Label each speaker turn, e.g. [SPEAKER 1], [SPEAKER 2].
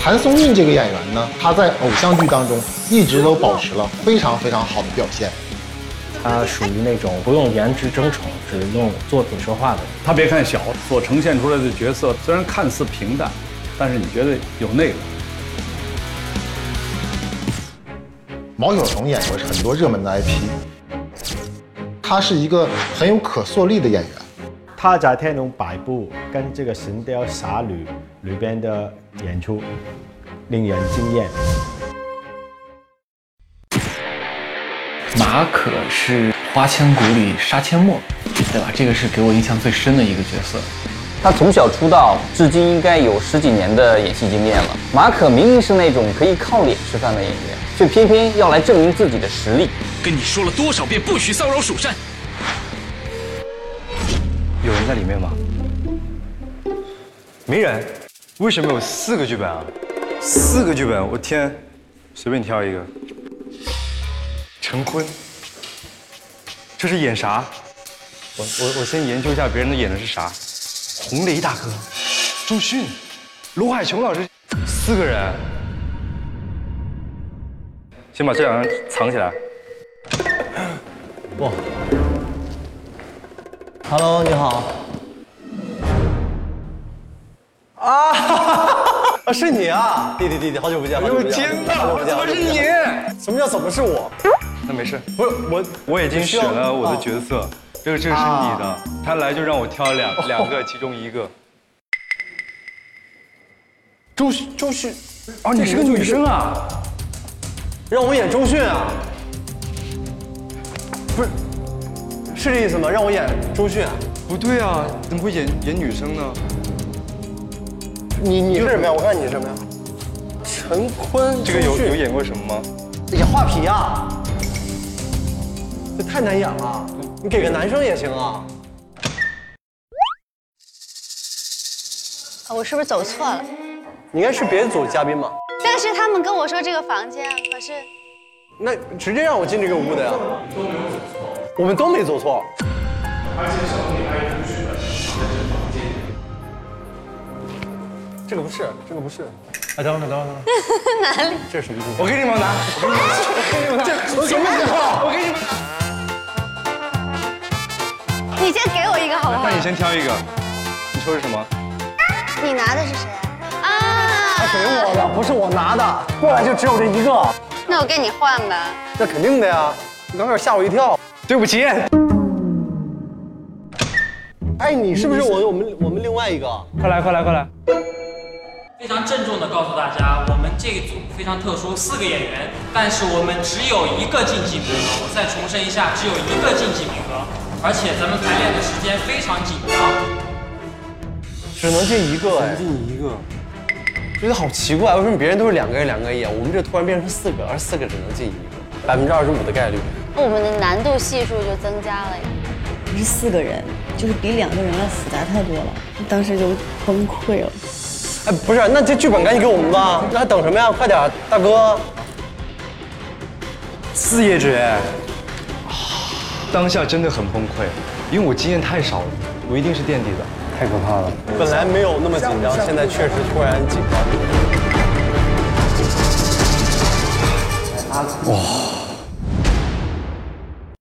[SPEAKER 1] 韩松韵这个演员呢，她在偶像剧当中一直都保持了非常非常好的表现。
[SPEAKER 2] 她属于那种不用颜值争宠，只用作品说话的。
[SPEAKER 3] 她别看小，所呈现出来的角色虽然看似平淡，但是你觉得有内容。
[SPEAKER 1] 毛晓彤演过很多热门的 IP，她是一个很有可塑力的演员。
[SPEAKER 4] 他在《天龙八部》跟这个《神雕侠侣》里边的演出，令人惊艳。
[SPEAKER 5] 马可是《花千骨》里杀阡陌，对吧？这个是给我印象最深的一个角色。
[SPEAKER 6] 他从小出道，至今应该有十几年的演戏经验了。马可明明是那种可以靠脸吃饭的演员，却偏偏要来证明自己的实力。
[SPEAKER 7] 跟你说了多少遍，不许骚扰蜀山！
[SPEAKER 8] 有人在里面吗？没人。为什么有四个剧本啊？四个剧本，我天！随便挑一个。陈坤，这是演啥？我我我先研究一下别人的演的是啥。红雷大哥、周迅、罗海琼老师，四个人，先把这两个人藏起来。
[SPEAKER 6] 哇！Hello，你好。
[SPEAKER 8] 啊！啊，是你啊，弟弟弟弟，好久不见！哎
[SPEAKER 9] 呦天哪，
[SPEAKER 8] 怎么
[SPEAKER 9] 是你？
[SPEAKER 8] 什么叫怎么是我？那没事，不是我，我已经选了我的角色。啊这个这个是你的，他来就让我挑两两个，其中一个。
[SPEAKER 9] 周迅，周迅，
[SPEAKER 8] 哦，你是个女生啊？
[SPEAKER 9] 让我演周迅啊？不是，是这意思吗？让我演周迅啊？
[SPEAKER 8] 不对啊，怎么会演演女生呢？
[SPEAKER 9] 你你是什么呀？我看你是什么呀？陈坤，
[SPEAKER 8] 这个有有演过什么吗？
[SPEAKER 9] 演画皮啊？这太难演了，你给个男生也行啊。
[SPEAKER 10] 啊我是不是走错了？
[SPEAKER 9] 你应该是别的组嘉宾吧？
[SPEAKER 10] 但是他们跟我说这个房间，啊可是……
[SPEAKER 9] 那直接让我进这个屋的呀。我们都没走错。这个不是，这个不是。
[SPEAKER 8] 哎，等会儿，等会儿，
[SPEAKER 10] 哪里？
[SPEAKER 9] 这是什么
[SPEAKER 8] 我给你们拿，我给你们拿，
[SPEAKER 9] 我给你们拿，
[SPEAKER 8] 我给你们拿。
[SPEAKER 10] 你先给我一个好不好？
[SPEAKER 8] 那你先挑一个，你抽是什么？
[SPEAKER 10] 你拿的是谁啊？啊！
[SPEAKER 9] 给我的不是我拿的，过来就只有这一个。
[SPEAKER 10] 那我跟你换吧。
[SPEAKER 9] 那肯定的呀，你刚开始吓我一跳。
[SPEAKER 8] 对不起。
[SPEAKER 9] 哎，你是不是我我们我们另外一个？
[SPEAKER 8] 快来快来快来！
[SPEAKER 11] 非常郑重的告诉大家，我们这一组非常特殊，四个演员，但是我们只有一个晋级名额。我再重申一下，只有一个晋级名额。而且咱们排练的时间非常紧张，
[SPEAKER 9] 只能进一个哎，
[SPEAKER 8] 进一个，
[SPEAKER 9] 觉得好奇怪，为什么别人都是两个人两个演，我们这突然变成四个，而四个只能进一个，百分之二十五的概率。
[SPEAKER 10] 我们的难度系数就增加了。
[SPEAKER 12] 是四个人，就是比两个人要复杂太多了，当时就崩溃了。
[SPEAKER 9] 哎，不是，那这剧本赶紧给我们吧，那还等什么呀？快点，大哥！
[SPEAKER 8] 四叶之哎。当下真的很崩溃，因为我经验太少了，我一定是垫底的，太可怕了。
[SPEAKER 9] 本来没有那么紧张，现在确实突然紧张。哇！